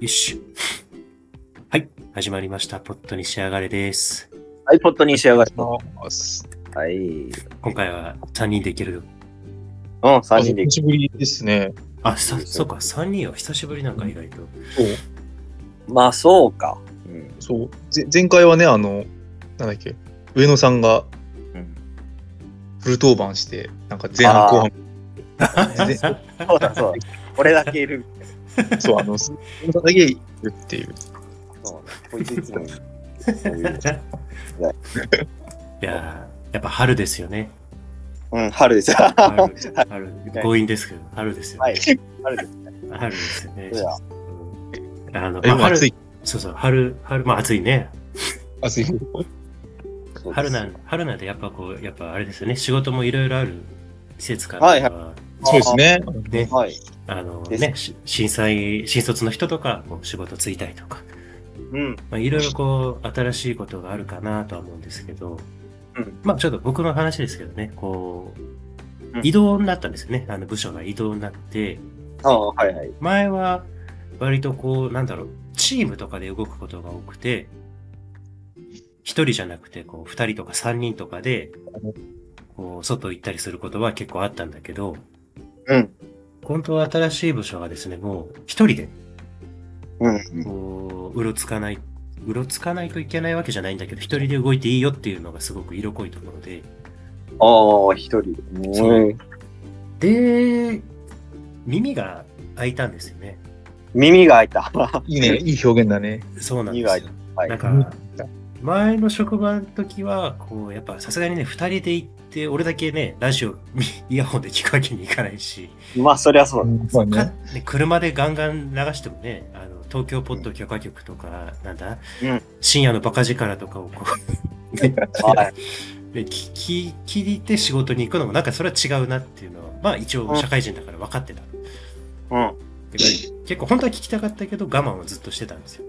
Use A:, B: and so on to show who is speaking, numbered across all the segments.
A: よし。はい。始まりました。ポットに仕上がれです。
B: はい、ポットに仕上がりま
C: ます。
B: す。はい。うん、
A: 今回は3人でいけるよ。
B: 3
C: 久
B: 人で
C: しぶりですね。
A: あ、さ、そうか、3人は久しぶりなんか意外 と。
C: そう。
B: まあ、そうか。うん。
C: そうぜ前回はね、あの、なんだっけ、上野さんが
B: うん
C: フル登板して、なんか前半後半。ぜ
B: そうだ、そうだ。俺だけいる。
C: そう、あの、す上野さんだけいるっていう。
B: そうだ。こいついつもそういう。
A: いやー、やっぱ春ですよね。
B: うん、春です。は
A: 春、春強引ですけど、春ですよね。
B: い。春です。
A: 春ですよね
B: そうや。
A: うんあの、
C: え、
A: まあ
C: もう暑
A: 春、
C: い。
A: そうそう、春、春、まあ暑いね。
C: 暑い。
B: そうです
A: 春なん、春なんでやっぱこう、やっぱあれですよね。仕事もいろいろある季節から。
B: はい
C: そうですね。
A: ね、
B: はい。
A: あの
B: です
A: ね、し震災、新卒の人とか、もう仕事ついたりとか、
B: うん。
A: まあ、いろいろこう、新しいことがあるかなとは思うんですけど、
B: うん
A: まあちょっと僕の話ですけどね、こう
B: う、ん
A: 移動になったんですよね、あの部署が異動になって、
B: ああ、はいはい。
A: 前は割とこう、なんだろう、チームとかで動くことが多くて、一人じゃなくて、こう、二人とか三人とかで、こう、外行ったりすることは結構あったんだけど、
B: うん。
A: 本当は新しい部署がですね、もう一人で
B: うん。
A: こう、うろつかない、うろつかないといけないわけじゃないんだけど、一人で動いていいよっていうのがすごく色濃いところで。
B: ああ、一人。
A: そう
B: うん。
A: で、耳が開いたんですよね。
B: 耳が開いた。
C: いいね、いい表現だね。
A: そうなん
B: 耳
A: で
B: が
A: す
B: 開い
A: よ。
B: た。はい
A: なん。か、前の職場の時は、こう、やっぱさすがにね、二人で行って、俺だけね、ラジオ、みイヤホンで聞くわけにいかないし、
B: まあ、そりゃそうだ。
C: そう
A: か
C: ね。
A: ね車でガンガン流してもね、あの東京ポッド許可局とか、なんだ、
B: うん
A: 深夜のバカ力とかをこう、ね
B: はい。
A: で聞き聞いて仕事に行くのもなんかそれは違うなっていうのはまあ一応社会人だから分かってた、
B: うん。
A: てか結構本当は聞きたかったけど我慢をずっとしてたんですよ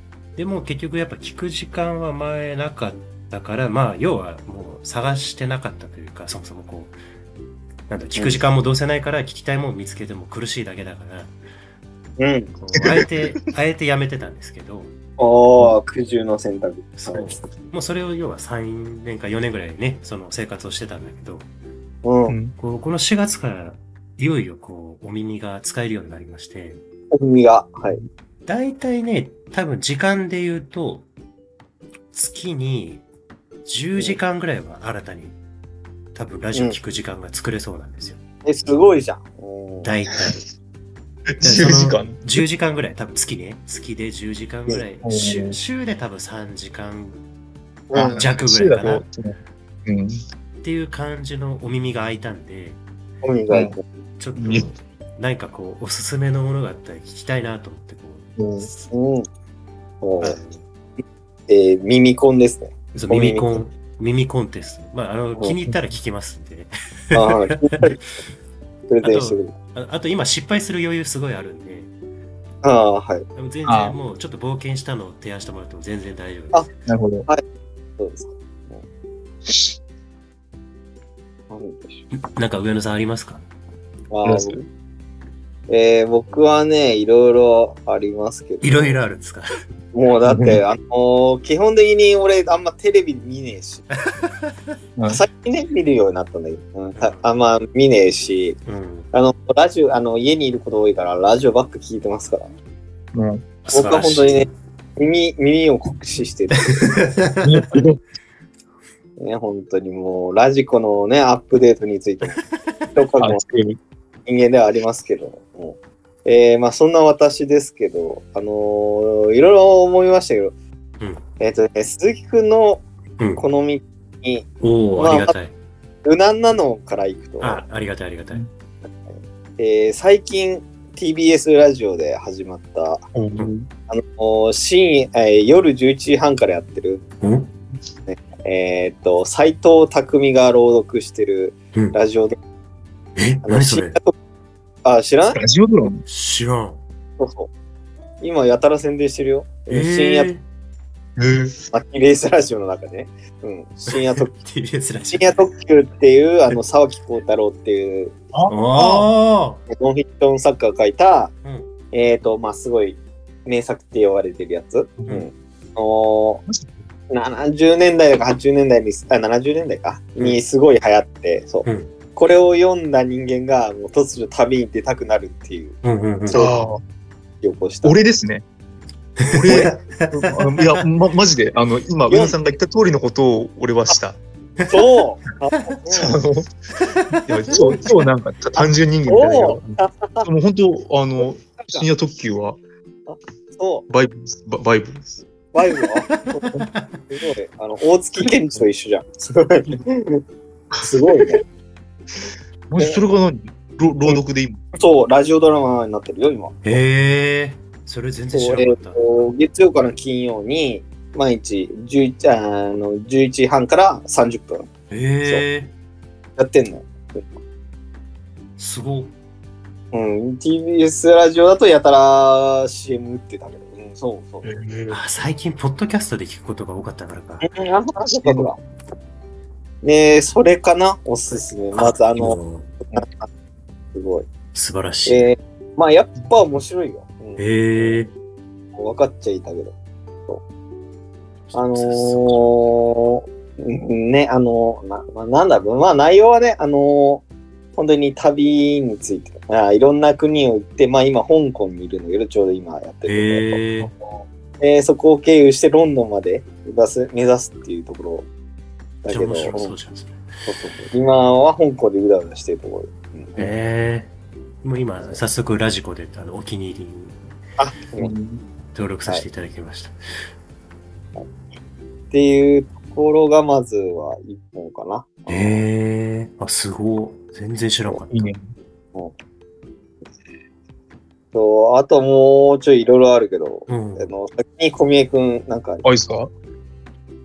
B: うん。
A: でも結局やっぱ聞く時間は前なかったからまあ要はもう探してなかったというかそもそもこうなんだ聞く時間もどうせないから聞きたいもん見つけても苦しいだけだから
B: うん。
A: こ うあえてあえてやめてたんですけど
B: おー、苦渋の選択。
A: そうもうそれを要は3年か4年ぐらいねその生活をしてたんだけど
B: うん。
C: う
B: うん
C: ん。
A: こうこの4月からいよいよこうお耳が使えるようになりまして
B: 耳が。はい。
A: 大体ね多分時間で言うと月に10時間ぐらいは新たに多分ラジオ聞く時間が作れそうなんですよ、
B: え、すごいじゃん。うん
A: 大 体
C: 10時間。
A: 10時間ぐらい多分月ね月で10時間ぐらい
C: うん
A: 週週で多分3時間
B: うん
A: 弱ぐらいかな
C: うん。
A: っていう感じのお耳が開いたんで
B: 耳が開いて。
A: ちょっと
C: ね
A: 何かこうおすすめのものがあったら聞きたいなと思ってこ
C: う
B: う
C: ん
B: ん。お
A: う、
B: ーえー、耳コンですね。
A: そう
B: お耳
A: 耳コン、耳コンテスト。まあ、あの、
B: ん
A: 気に入ったら聞きますんで。
B: ああ、プレゼンしてくれる。
A: ああと今失敗する余裕すごいあるんで、
B: ああ、はい。
A: でも全
C: ああ
A: 然もうちょっと冒険したのを提案してもらっても全然大丈夫です。
C: なるほど。
B: そうですか。なんでし
A: なんか上野さんありますか
B: ょう
C: ど
B: あ
C: うする
B: ーえー、僕はね、いろいろありますけど。
A: いろいろあるんですか
B: もうだって、あのー基本的に俺、あんまテレビ見ねえし。
C: うん
B: 最近ね、見るようになったんだけど、うんたあんま見ねえし、
A: うん。
B: あの、ラジオ、あの、家にいること多いから、ラジオばっか聞いてますから。
C: うん
A: 素晴
B: 僕は
A: らしい
B: 本当にね、耳、耳を酷使してる。ね、本当にもう、ラジコのね、アップデートについ ても、どこ
C: あ
B: の
C: 作る
B: 人間ではありますけども、えーまあ、そんな私ですけど、あのーいろいろ思いましたけど、
A: うん
B: えっ、とね、鈴木くんの
A: うん。
B: 好みに、
A: おお、
B: まあ
A: ありがたい。
B: 無難なのからいくと、
A: あ、ありがたい、ありがたい。
B: えー最近 TBS ラジオで始まった、
C: うん
B: あのー深夜えー夜11時半からやってる、
A: うん
B: えっ、と、斎藤匠が朗読してる
A: うん
B: ラジオで、
A: え、
B: あの
A: 何それ
B: あ、知らない
C: ラジオドラマ
A: 知らん。
B: そうそう。今、やたら宣伝してるよ。
A: えー
B: 深夜
C: え
B: マッキーレースラジオの中で、ねうん、深夜特
A: TBS らし
B: 深
A: い。
B: 夜特急っていうあの沢木幸太郎っていう
C: あ
A: ああ
B: ノンフィクション作家が書いた
A: うん。
B: えーと、まあ、すごい名作って呼ばれてるやつ。
A: うん
B: あのー70年代とか80年代に、あ、70年代か、
A: うん
B: にすごい流行って、そう。
A: うん
B: これを読んだ人間が、もう突如旅に出たくなるっていう、
A: うんうんうん。
B: そう
C: ああ、
B: 旅行した。
C: 俺ですね。俺、あのいや、ま、マジで、あの、今、上野さんが言った通りのことを俺はした。
B: そう
C: あの、いや、超、超なんか、た単純人間みたいなけど。もう本当、あの、深夜特急は
B: そう、
C: バイブルです。ババイブルです。
B: バイブはすごい。あの、大月健二と一緒じゃん。すごい。すごいね。
C: マジそれが何ろ朗読で今。
B: そう、ラジオドラマになってるよ、今。
A: へえ、それ全然知
B: そう
A: ら
B: え
A: な
B: ー
A: かっ
B: と月曜から金曜に、毎日11、あの11時半から30分
A: た。へえ、
B: やってんのよ。
A: すごっ。
B: うん、TBS ラジオだとやたら CM 打ってたけど、うん、そうそう。
A: あ、最近、ポッドキャストで聞くことが多かったからか。
B: うん、あの話だったか。ねえ、それかなおすすめ。まずあの、
A: うん
B: すごい。
A: 素晴らしい。
B: えー、まあやっぱ面白いよ。うん
A: へえ、
B: 分かっちゃいたけど。そうあのー、うんね、あのーな、まあ、なんだろう、まあ内容はね、あのー本当に旅について、あーいろんな国を行って、まあ今香港にいるのよ、ちょうど今やってるんだけど、
A: へえ、
B: でそこを経由してロンドンまで目指す目指すっていうところだ
A: じ
B: け
A: ゃあ
B: ど、
A: 面白
B: そ
A: そううじゃん、それ。
B: そうそう今は香港でうだうだしてるところ。うん
A: へえ、もう今、早速、ラジコで、あの、お気に入りに
B: あ
A: 登録させていただきました。
B: っていうところがまずは一本かな。
A: へえ、あ、すごい。全然知らなかった。
C: いいね。
B: そうあともうちょいいろいろあるけど、
A: うん。
B: あの先に小宮君なんかある
C: あ、いいですか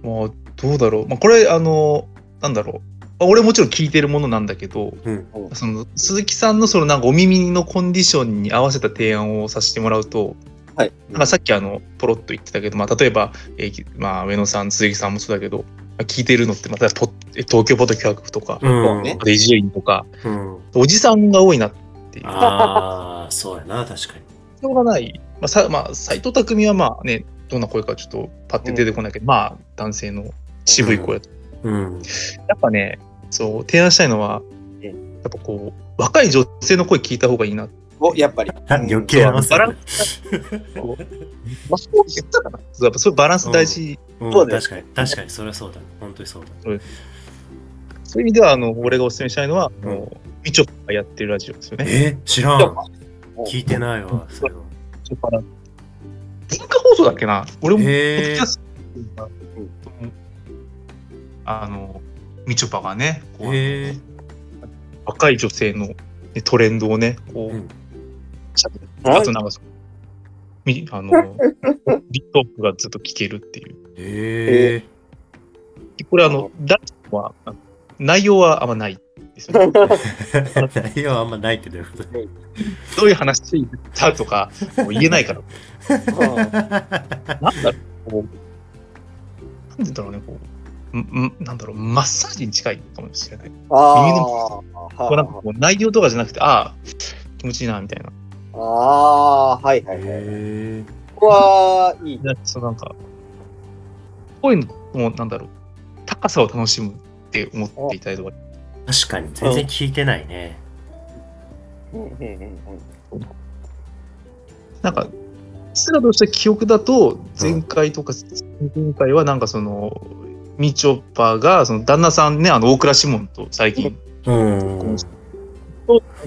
C: まあ、どうだろう。まあ、これ、あの、なんだろう。あ俺もちろん聞いてるものなんだけど、
A: うん。
C: その鈴木さんのそのなんかお耳のコンディションに合わせた提案をさせてもらうと、
B: はい。
C: なんかさっきあのポロッと言ってたけど、まあ、例えば、えーきまあ、上野さん鈴木さんもそうだけど、まあ聞いてるのってまたポッえ東京ポッド企画とか、
A: うん。
B: ね
C: あと伊集院とか
A: うん。
C: おじさんが多いなっていう
A: ああ、そうやな、確かに。
C: しょうがない、まあさまあ、斎藤匠はまあねどんな声かちょっとパッて出てこないけど、まあ男性の渋い声、
A: うん。
C: やっぱねそう提案したいのは、
B: うん
C: やっぱこう若い女性の声聞いた方がいいなって
B: おやっぱり。
A: 余計合わせ
C: バラ
A: る
C: ン。まあ、そう言ったかな。やっぱそういうバランス大事。
A: うん
B: そうだよ
A: 確かに、確かに、それはそうだ。本当にそうだ。
C: そういう意味では、あの、俺がお勧めしたいのは、
A: うん
C: あのみちょぱがやってるラジオですよね。
A: えー知ら
B: うん
A: ん。聞いてないわ、それは。
C: みちょぱら文化放送だっけな俺も、ポ
A: へー
C: ッドキャストだと思うあの、みちょぱがね、こう
A: へー
C: 若い女性のねトレンドをね、こ
A: うん
C: う、しゃべあとなんかその、みあの、リップトークがずっと聞けるっていう。
A: へえ。
C: でこれ、あの、ラジオは、あの内容はあんまないです よね。
A: 内容はあんまないってどういうこと
C: どういう話言ったとか、もう言えないから。なんだろう、こう、なんでだろうね、こう、んんなんだろう、マッサージに近いかもしれない。
B: ああ
C: 耳のこうなんか
B: は
C: こう内容とかじゃなくて、ああ、気持ちいいな、みたいな。
B: あああ、はいはいは
A: へ
B: い。
A: え。
B: ここはいい。
C: なんかそうなんか、こういうのも、なんだろう、高さを楽しむって思っていたりとか、
A: 確かに、全然聞いてないね。
B: うんうんうんうん
C: なんか、スラとした記憶だと、前回とか、前回はなんかその、みちょぱが、その旦那さんね、あの、大倉志門と最近、
A: うん。
C: なん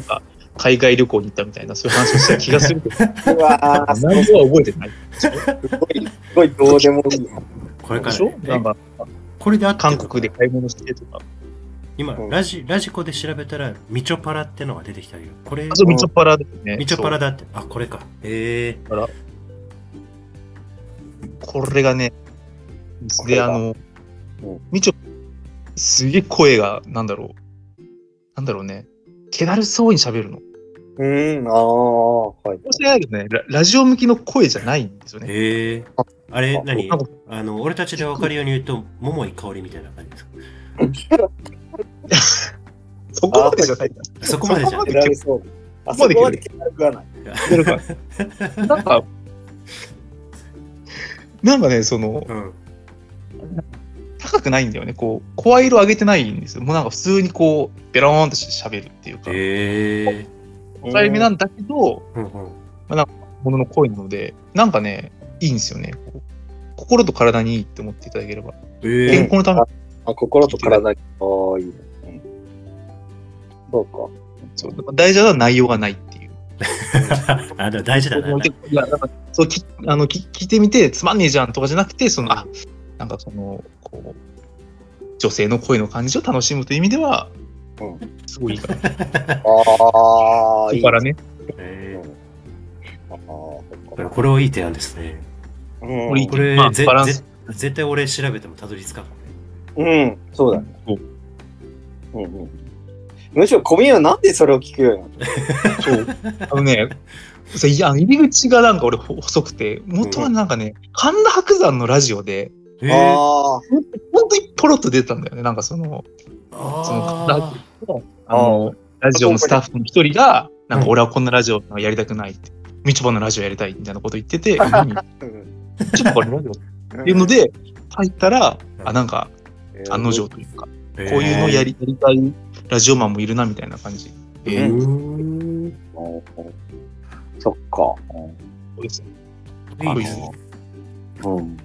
C: か海外旅行に行ったみたいな、そういう話をした気がするけど、
B: うわあ、す
C: 内容は覚えてない。
B: ごい、すごいどうでもいい。
A: これ
C: で
A: か
C: しょな
A: ら
C: ん
A: ね。
C: か、
A: これであってる
C: 韓国で買い物してとか、
A: 今、
B: うん
A: ラジ、ラジコで調べたら、みちょぱらってのが出てきたけど、これ
C: あ、とみちょぱらですね。
A: みちょぱらだって、あ、これか。へえ。
C: そうこれがね、
B: これ
C: で、
B: が
C: あの
B: うん、
C: みちょ、すげえ声が、なんだろう、なんだろうね、気だるそうに喋るの。
B: うん、ああ、はい。
C: 申し訳ないけどねラ、ラジオ向きの声じゃないんですよね。
A: へえ。あれ、何
C: なんか
A: あの、俺たちで分かるように言うと、桃井香りみたいな感じですか。
C: そこまでじゃないから
A: そこまでじゃ
C: そ
A: な
C: こ
A: い
B: 蹴
C: まで
B: られ
C: 結
B: そう。あそこまで蹴られくはない。
A: へが。
C: な んか、なんか、なんかね、その、
A: うん。
C: 高くないんだよね。こう、声色上げてないんですよ。もうなんか普通にこう、ベローンとしゃべるっていうか、
A: ええ
C: 抑えめなんだけど、
A: うんうん。
C: ものの声なので、なんかね、いいんですよね。こう心と体にいいって思っていただければ。
A: え
C: 健
A: え
C: 康のために
B: あ心と体に。ああ、いいね。うんそうか。
C: そうだから大事なのは内容がないっていう。
A: あ、でも大事だな。
C: 僕も結構いやなんかそうきあのき聞いてみて、つまんねえじゃんとかじゃなくて、その、あ、なんかその、こう、女性の声の感じを楽しむという意味では、
B: うん
C: すごいいいかな。
B: ああ、い
C: だ
B: い
C: からね、
A: ええ
B: ああ、そっ
A: これ
B: か。
A: これはいい提案ですね。
B: うん
C: これいい
A: これ、
C: まあ
A: ぜ
C: バラン
A: ぜ
C: ス
A: 絶対俺調べてもたどり着かん。
B: うん、そうだね
C: そう。
B: うんうん、むしろ小宮はなんでそれを聞くようになった
C: そう。あのね、そういや入り口がなんか俺ほ細くて、元はなんかね、神田伯山のラジオで、
A: ええ
B: あ
C: ほんとにポロッと出たんだよね。なんかその、そのラ
A: あー
C: あの、ラジオのスタッフの一人が、なんか俺はこんなラジオやりたくないって、みちぼのラジオやりたいみたいなこと言ってて、ちょっ
B: あ。
C: とこれラジオっていうので、入ったら、
A: うん
C: あ、なんか
B: うん
C: 案の定というか、
A: こう
C: こういうのをやりやりたいラジオマンもいるなみたいな感じ。
A: え
C: え
A: え
C: ー
A: うん
B: うんそっか。
C: そうですね
A: いい
C: ク
A: で
C: イ
A: す
C: ズ
A: ね。
B: うん。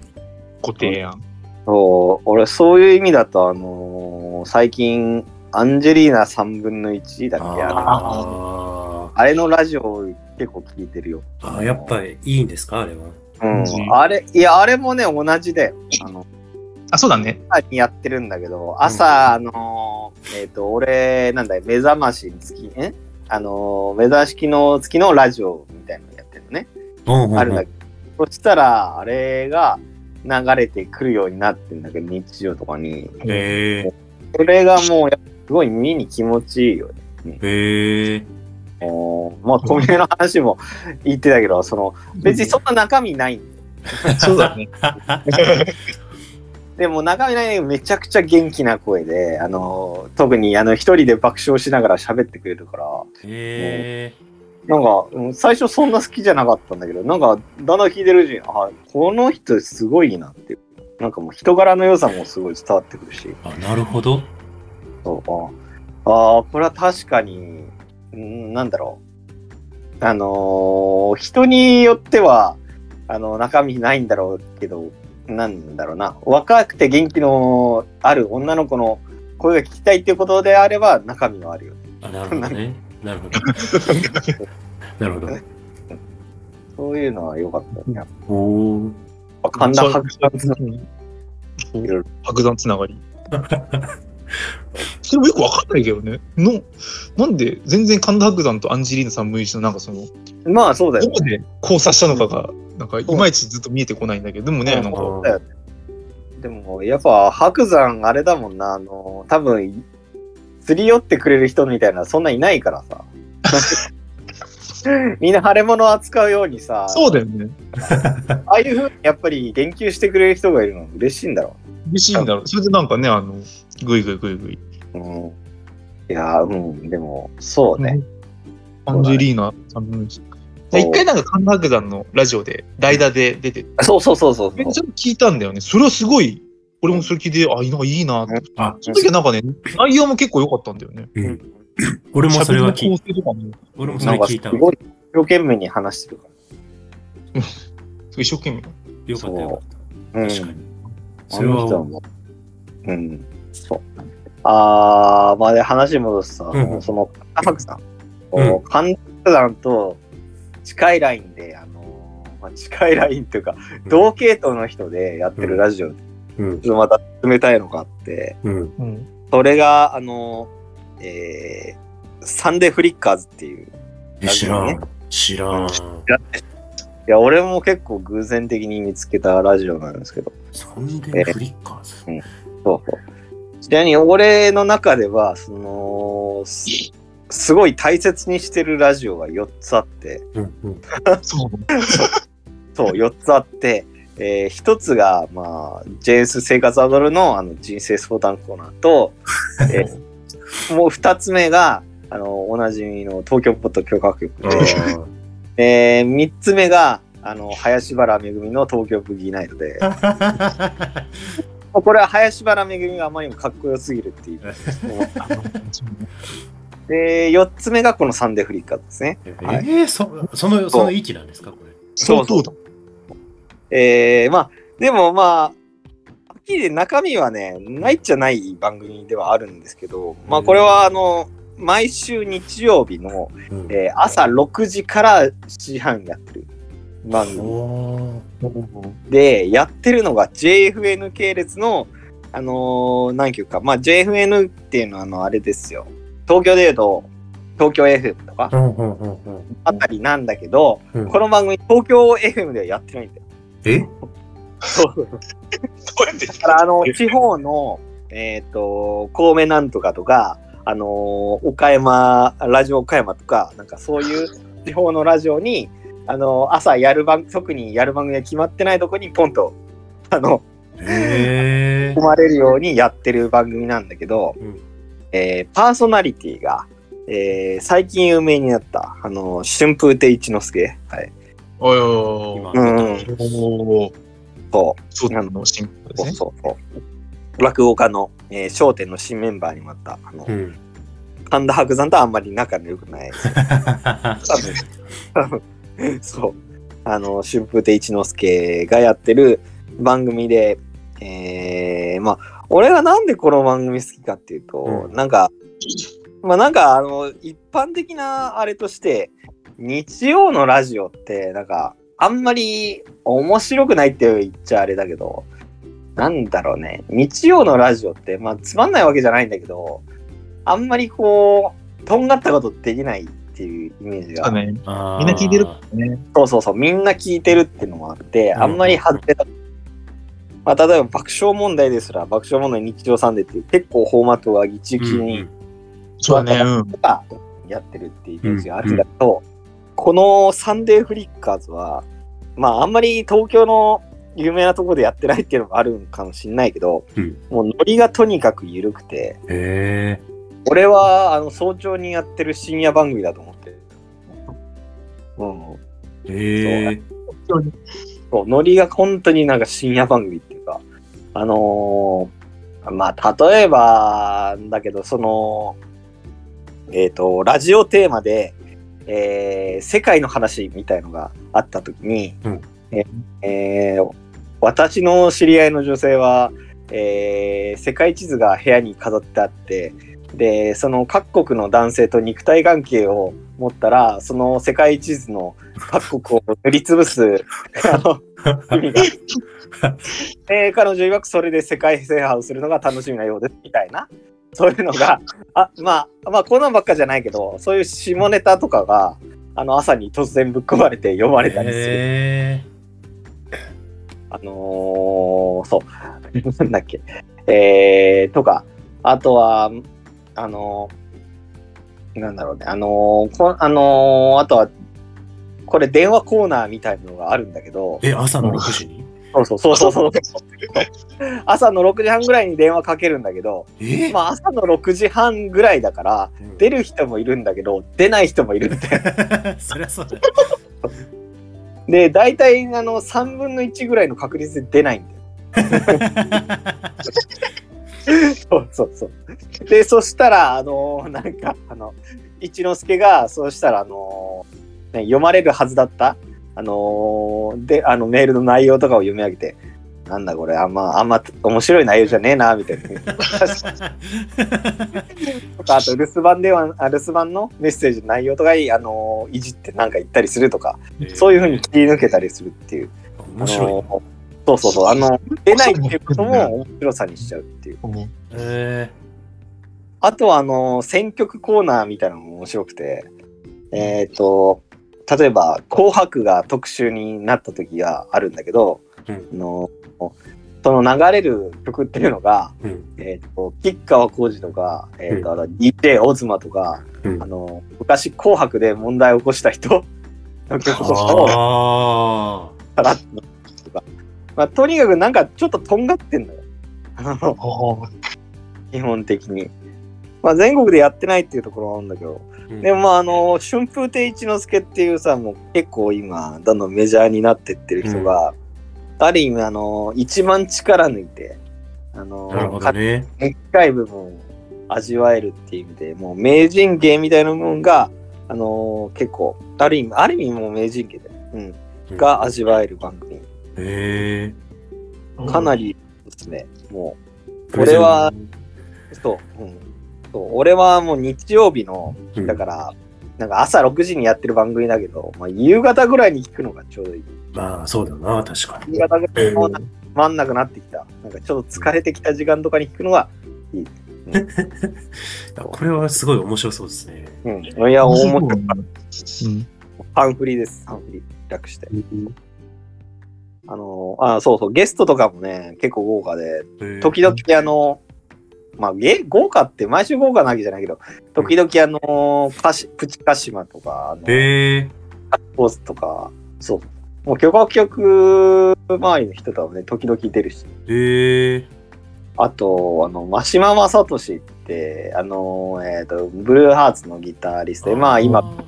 C: ご提案。
B: そう、俺そういう意味だと、あのー最近、アンジェリーナ3分の1だっけあ
C: ー
A: あ
B: あれのラジオ結構聞いてるよ。
A: ーあー、やっぱりいいんですかあれは。
B: うん
C: う。ん
B: あれ、いや、あれもね、同じで、あの、
C: あ、そうだね。
B: 朝にやってるんだけど、朝、あのーえっ、と、俺、なんだい、目覚ましにつき、えあのー目覚まし機能付きのラジオみたいなのやってるのね。
A: うんうんうん
B: あるんだけど、そしたら、あれが流れてくるようになってんだけど、日常とかに。
A: え
B: それがもう、やっぱすごい耳に気持ちいいよね。
A: えええ
B: おーまあ、小宮の話も言ってたけど、その、別にそんな中身ない。
C: そうだね。
B: でも中身ないねめちゃくちゃ元気な声で、あのー特にあの、一人で爆笑しながら喋ってくれるから、
A: ええ
B: なんか、うん最初そんな好きじゃなかったんだけど、なんか、だんだん聞いてるうちに、あ、この人すごいいいなっていう。なんかもう人柄の良さもすごい伝わってくるし、
A: あ、なるほど。
B: そうああー、これは確かに、うんなんだろう。あのー人によっては、あの、中身ないんだろうけど、なんだろうな。若くて元気のある女の子の声が聞きたいっていうことであれば、中身はあるよね。
A: あ、なるほどね。なる ほど。なるほど。
B: そういうのは良かったよね。やっ
A: おー
B: ぱ神田伯山つな
C: そう白山つながり。それもよくわかんないけどね。のなんで全然神田白山とアンジェリーナさん無一のなんかその
B: まあそうだよ
C: ど
B: ね。
C: こで交差したのかがなんかいまいちずっと見えてこないんだけどでもね
B: うん
C: なんか
A: うん
B: だよね。でも、やっぱ、白山あれだもんな、あの、多分、釣り寄ってくれる人みたいな、そんないないから さ。みんな腫れ物を扱うようにさ、
C: そうだよね。
B: ああいうふうにやっぱり言及してくれる人がいるの嬉しいんだろ
C: 嬉しいんだろう。それでなんかねあのグイグイグイグイ。
B: う。うん、いやー、うん、でも、そうね。
C: アンジェリーナさん無一。
B: そう
C: 一回なんか神田白山のラジオで代打で出てて
B: そうそうそうそう
C: ちょっ
B: そ
C: と聞いたんだよね。それはすごい俺もそれ聞いてあいいないいなって。
A: あ、
C: その時はなんかね内容も結構良かったんだよね。
A: う
B: う。
A: ん俺もそれは聞い
C: 構成とかも
A: 俺もそ
B: な
A: れ
B: んか、
A: 聞
B: す
A: いた
B: ご
A: の。
B: い、一生懸命に話してるか
C: 一生懸命。
A: よかったよかった。
B: ら。うん
A: 確かに。
B: あ
A: それ
B: の
A: は
B: 人はもう。うん。そう。あー、まあで話戻すとさ、
A: うんうん
B: その、神田伯さん。
A: うん
B: こう神田さんと近いラインで、あのーまあ、近いラインというか、同系統の人でやってるラジオ、ちょ
A: うん
B: っ。とまた進めたいのがあって、
A: うん。
C: うん。
B: それが、あのーえー、サンデーフリッカーズっていう、
A: え知らん。知らん。
B: いや、俺も結構偶然的に見つけたラジオなんですけど、
A: そんでフリッカーズ。
B: そうそう。ちなみに、俺の中では、その、すすごい大切にしてるラジオが4つあって、
A: うんうん。
C: そう。
B: そう、4つあって、え1つが、まあ、JS 生活アドルのあの人生相談コーナーと、えーもう2つ目が、あの、おなじみの東京ポッド許可局
A: あ
B: で、えー、3つ目が、あの、林原めぐみの東京ブギーナイトで、 これは林原めぐみがあまりにもかっこよすぎるっていう。で、4つ目がこのサンデーフリッカーですね。
A: えー、そその、その位置なんですか、これ。
C: そうそうだ。
B: えー、まあ、でもまあ、はっきり中身はね、ないっちゃない番組ではあるんですけど、まあこれはあの、毎週日曜日の、
A: うん
B: えー朝6時から7時半やってる番組
A: おー
B: で、やってるのが JFN 系列の、あのー何曲か。まあ JFN っていうのはあの、あれですよ。東京で言うと、東京 FM とか
A: うんうんうんうん
B: あたりなんだけど、
A: うん
B: この番組東京 FM ではやってないん だよ。
A: え
C: どうやって
B: だからあの地方の、えっと神戸なんとかとか、あのー岡山ラジオ岡山とかなんかそういう地方のラジオに、あのー朝やる番特にやる番組が決まってないとこにポンとあの
A: え
B: 生まれるようにやってる番組なんだけど、
A: うん
B: えーパーソナリティが、えー最近有名になった、あのー春風亭一之輔、はい、
C: おい
A: ー、
C: おい
A: 今
C: おい。
B: うん
C: おー
B: と
C: そうなの、シンプル
B: そ
C: で
B: う
C: すね。
B: そうそう落語家の『えー笑点』の新メンバーにもなったあの、
A: うん。
B: 神田伯山とあんまり仲の良くない。多分、多分、 そう。あの、春風亭一之輔がやってる番組で、えー、まあ、俺がなんでこの番組好きかっていうと、
A: う
B: なんか、まあなんか、あの、一般的なあれとして、日曜のラジオって、なんか、あんまり面白くないって言っちゃあれだけど、なんだろうね。日曜のラジオって、まあ、つまんないわけじゃないんだけど、あんまりこう、とんがったことできないっていうイメージが
C: あね、
A: あー
C: みんな聞いてるからね。
B: そうそうそう、みんな聞いてるっていうのもあって、
A: うん
B: あんまり外れた。まあ、例えば爆笑問題ですら、爆笑問題日常サンデーっていう結構フォーマットがぎちぎちに
C: そうだね、うん。
B: とかやってるっていうイメージがあるんだけど、このサンデーフリッカーズは、まああんまり東京の有名なところでやってないっていうのもあるんかもしんないけど、
A: うん
B: もうノリがとにかく緩くて、
A: へえ
B: 俺はあの早朝にやってる深夜番組だと思ってる。うん。
A: ー。へえ
B: そう、ノリが本当になんか深夜番組っていうか、あのーまあ、例えば、だけど、その、えっ、と、ラジオテーマで、えー世界の話みたいのがあった時に、
A: うん
B: ええー私の知り合いの女性は、えー世界地図が部屋に飾ってあって、で、その各国の男性と肉体関係を持ったら、その世界地図の各国を塗りつぶす、あの、意味が。えー彼女曰くそれで世界制覇をするのが楽しみなようですみたいなそういうのがあまあまあこんなんばっかじゃないけどそういう下ネタとかがあの朝に突然ぶっ込まれて読まれたりする、
A: へ
B: あのー、そうなんだっけえー、とかあとはあのー、なんだろうねあのー、こあのー、あとはこれ電話コーナーみたいなのがあるんだけど
A: え。え、朝の6時に
B: そうそうそうそうそう朝の6時半ぐらいに電話かけるんだけど
A: え
B: まあ、朝の6時半ぐらいだから、
A: うん
B: 出る人もいるんだけど、出ない人もいるみたい な。
A: そりゃそうだ。
B: で、大体、あの、3分の1ぐらいの確率で出ないんだよ。そうそうそう。で、そしたら、あのーなんか、あの、一之輔が、そうしたら、あのーね読まれるはずだった、あのーで、あの、メールの内容とかを読み上げて、なんだこれ、あんま、あんま面白い内容じゃねえな、みたいな。とか、あと留守番電話、あ留守番のメッセージの内容とかに、あのーいじってなんか言ったりするとか、 そういうふうに切り抜けたりするっていう。
A: 面白い
B: あ
A: な。
B: のそうそうそう。あの、出ないっていうことも面白さにしちゃうっていう。
A: え
B: あとは、あの、選曲コーナーみたいなのも面白くて、えっ、と、例えば、紅白が特集になった時があるんだけど、
A: うん
B: あのその流れる曲っていうのが、
A: ーうん
B: えっ、と、吉川浩司とか、えっ、と、あと DJ オズマとか、
A: うん
B: あの、昔紅白で問題を起こした人の曲とかを、
A: あ
B: さらっととか、まあ、とにかくなんかちょっととんがってんのよ。あの
C: おー
B: 基本的に。まあ、全国でやってないっていうところはあるんだけど、
A: うん
B: でもまああの春風亭一之輔っていうさもう結構今どんどんメジャーになってってる人が、ある意味あの一番力抜いてあの
A: なるほどね。
B: でっかい部分を味わえるっていう意味でもう名人芸みたいな部分が、あのー結構ある意味ある意味もう名人芸で、うん
A: うん
B: が味わえる番組
A: へえ。
B: かな
C: り。
B: りですねもこれはうそう,、うん、そう俺はもう日曜日の
A: うん、
B: だから、なんか朝6時にやってる番組だけど、まあ、夕方ぐらいに聞くのがちょうどいい
A: まあ、そうだな、確かに
B: 夕。方ぐらいもうなんかつまんなくなってきたなんかちょっと疲れてきた時間とかに聞くのがいい、
A: これはすごい面白そうですね。
B: うん、いや面白い
C: うん
B: パンフリーですパンフリー楽してあのあそうそう、ゲストとかもね、結構豪華で、
A: へえ
B: 時々あの、まあ、げ豪華って、毎週豪華なわけじゃないけど、時々あの、カシプチカシマとか、あの
A: へえ。
B: ポーズとか、そう。もう巨楽曲周りの人とはね、時々出るし。
A: へえ。
B: あと、あの、マシママサトシって、あの、えっ、と、ブルーハーツのギタリストで、まあ今、や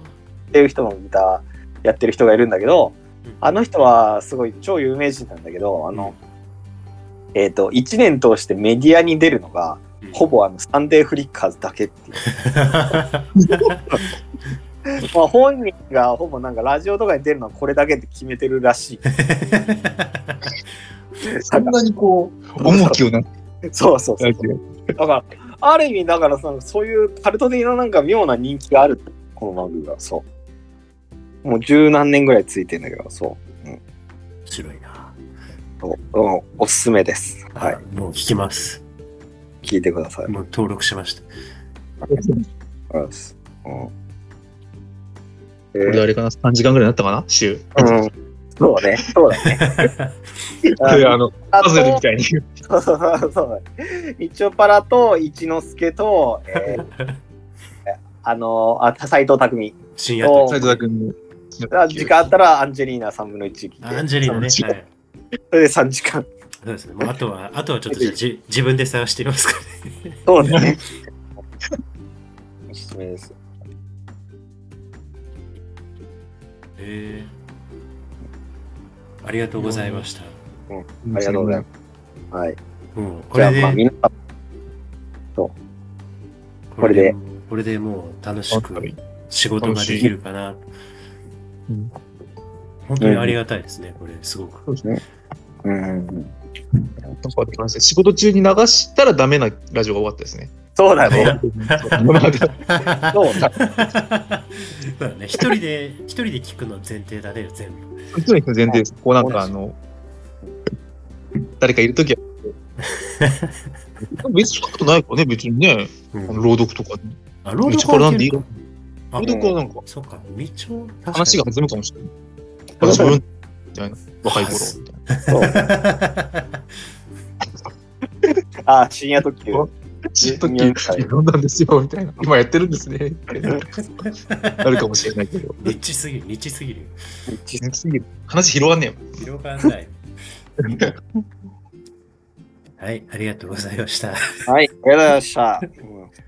B: ってる人もギターやってる人がいるんだけど、あの人はすごい超有名人なんだけど、あの、えっ、と、1年通してメディアに出るのが、
A: うん、
B: ほぼあの、サンデーフリッカーズだけっていう。まあ、本人がほぼなんかラジオとかに出るのはこれだけって決めてるら しい。
C: そんなにこう、重きをな
B: そうそうそ
C: な
B: う。だから、ある意味、だからその、そういうカルト的ななんか妙な人気がある。この番組が、そう。もう十何年ぐらいついてんだけど、そう。
A: 面白いな。
B: そううん、おすすめです。はい。
A: い。もう聞きます。
B: 聞いてください。
A: もう登録しました。
B: うん。うんえ
C: これあれかな、3時間ぐらいになったかな、週。
B: ーうん。そうね。そう だね。
C: それあの、
B: あ
C: パズルみたいに。
B: そうそうそうそう。一応パラと一之輔と、え ーあのあ斎藤匠。
A: 深夜と
B: お。
C: 斉藤君
B: あ時間あったらアンジェリーナ3分の1聞いて。
A: アンジェリーナね。
C: その
A: はい。
B: それで3時間。
A: そうですね。もうあとは、あとはちょっとじゃあじ自分で探してみますからね。
B: そうですね。おすすめです。
A: へえ。ありがとうございました。
B: ありがとうございます。はい。
A: うん。こ
B: じ
A: れ
B: ゃあ、
A: で、
B: まあ、みんな、
A: こ
B: こ
A: れ
B: れ
A: で
B: で、
A: これでもう楽しく仕事ができるかな。
C: うん
A: 本当にありがたいですね、これ、すご く。
B: うん。
C: ます。仕事中に流したらダメなラジオが終わったですね。
B: そうだね。
A: そ
B: そうだ。
A: うだね。一人で、一人で聞くの前提だね、全部。
C: もちろん前提です。こうなんかあの、誰かいるとき は。別に聞くことないからね、別にね。あの朗読とか。
A: あ、ロー
C: 道からなんでいい
A: ド
C: 朗
A: あ
C: 読はなんか
A: そっか、みちょ、
C: 話が弾むかもしれない。私も読んでみたいな。若い 頃みたいな。
B: そうあ、深夜特急。
C: ちょっと読んだんですよ、みたいな。今やってるんです ね。なるかもしれないけど。
A: ニッチすぎる、ニッチすぎる。
C: 話広がんね
A: 広がんない。はい、ありがとうございました。
B: はい。ありがとうございました。うん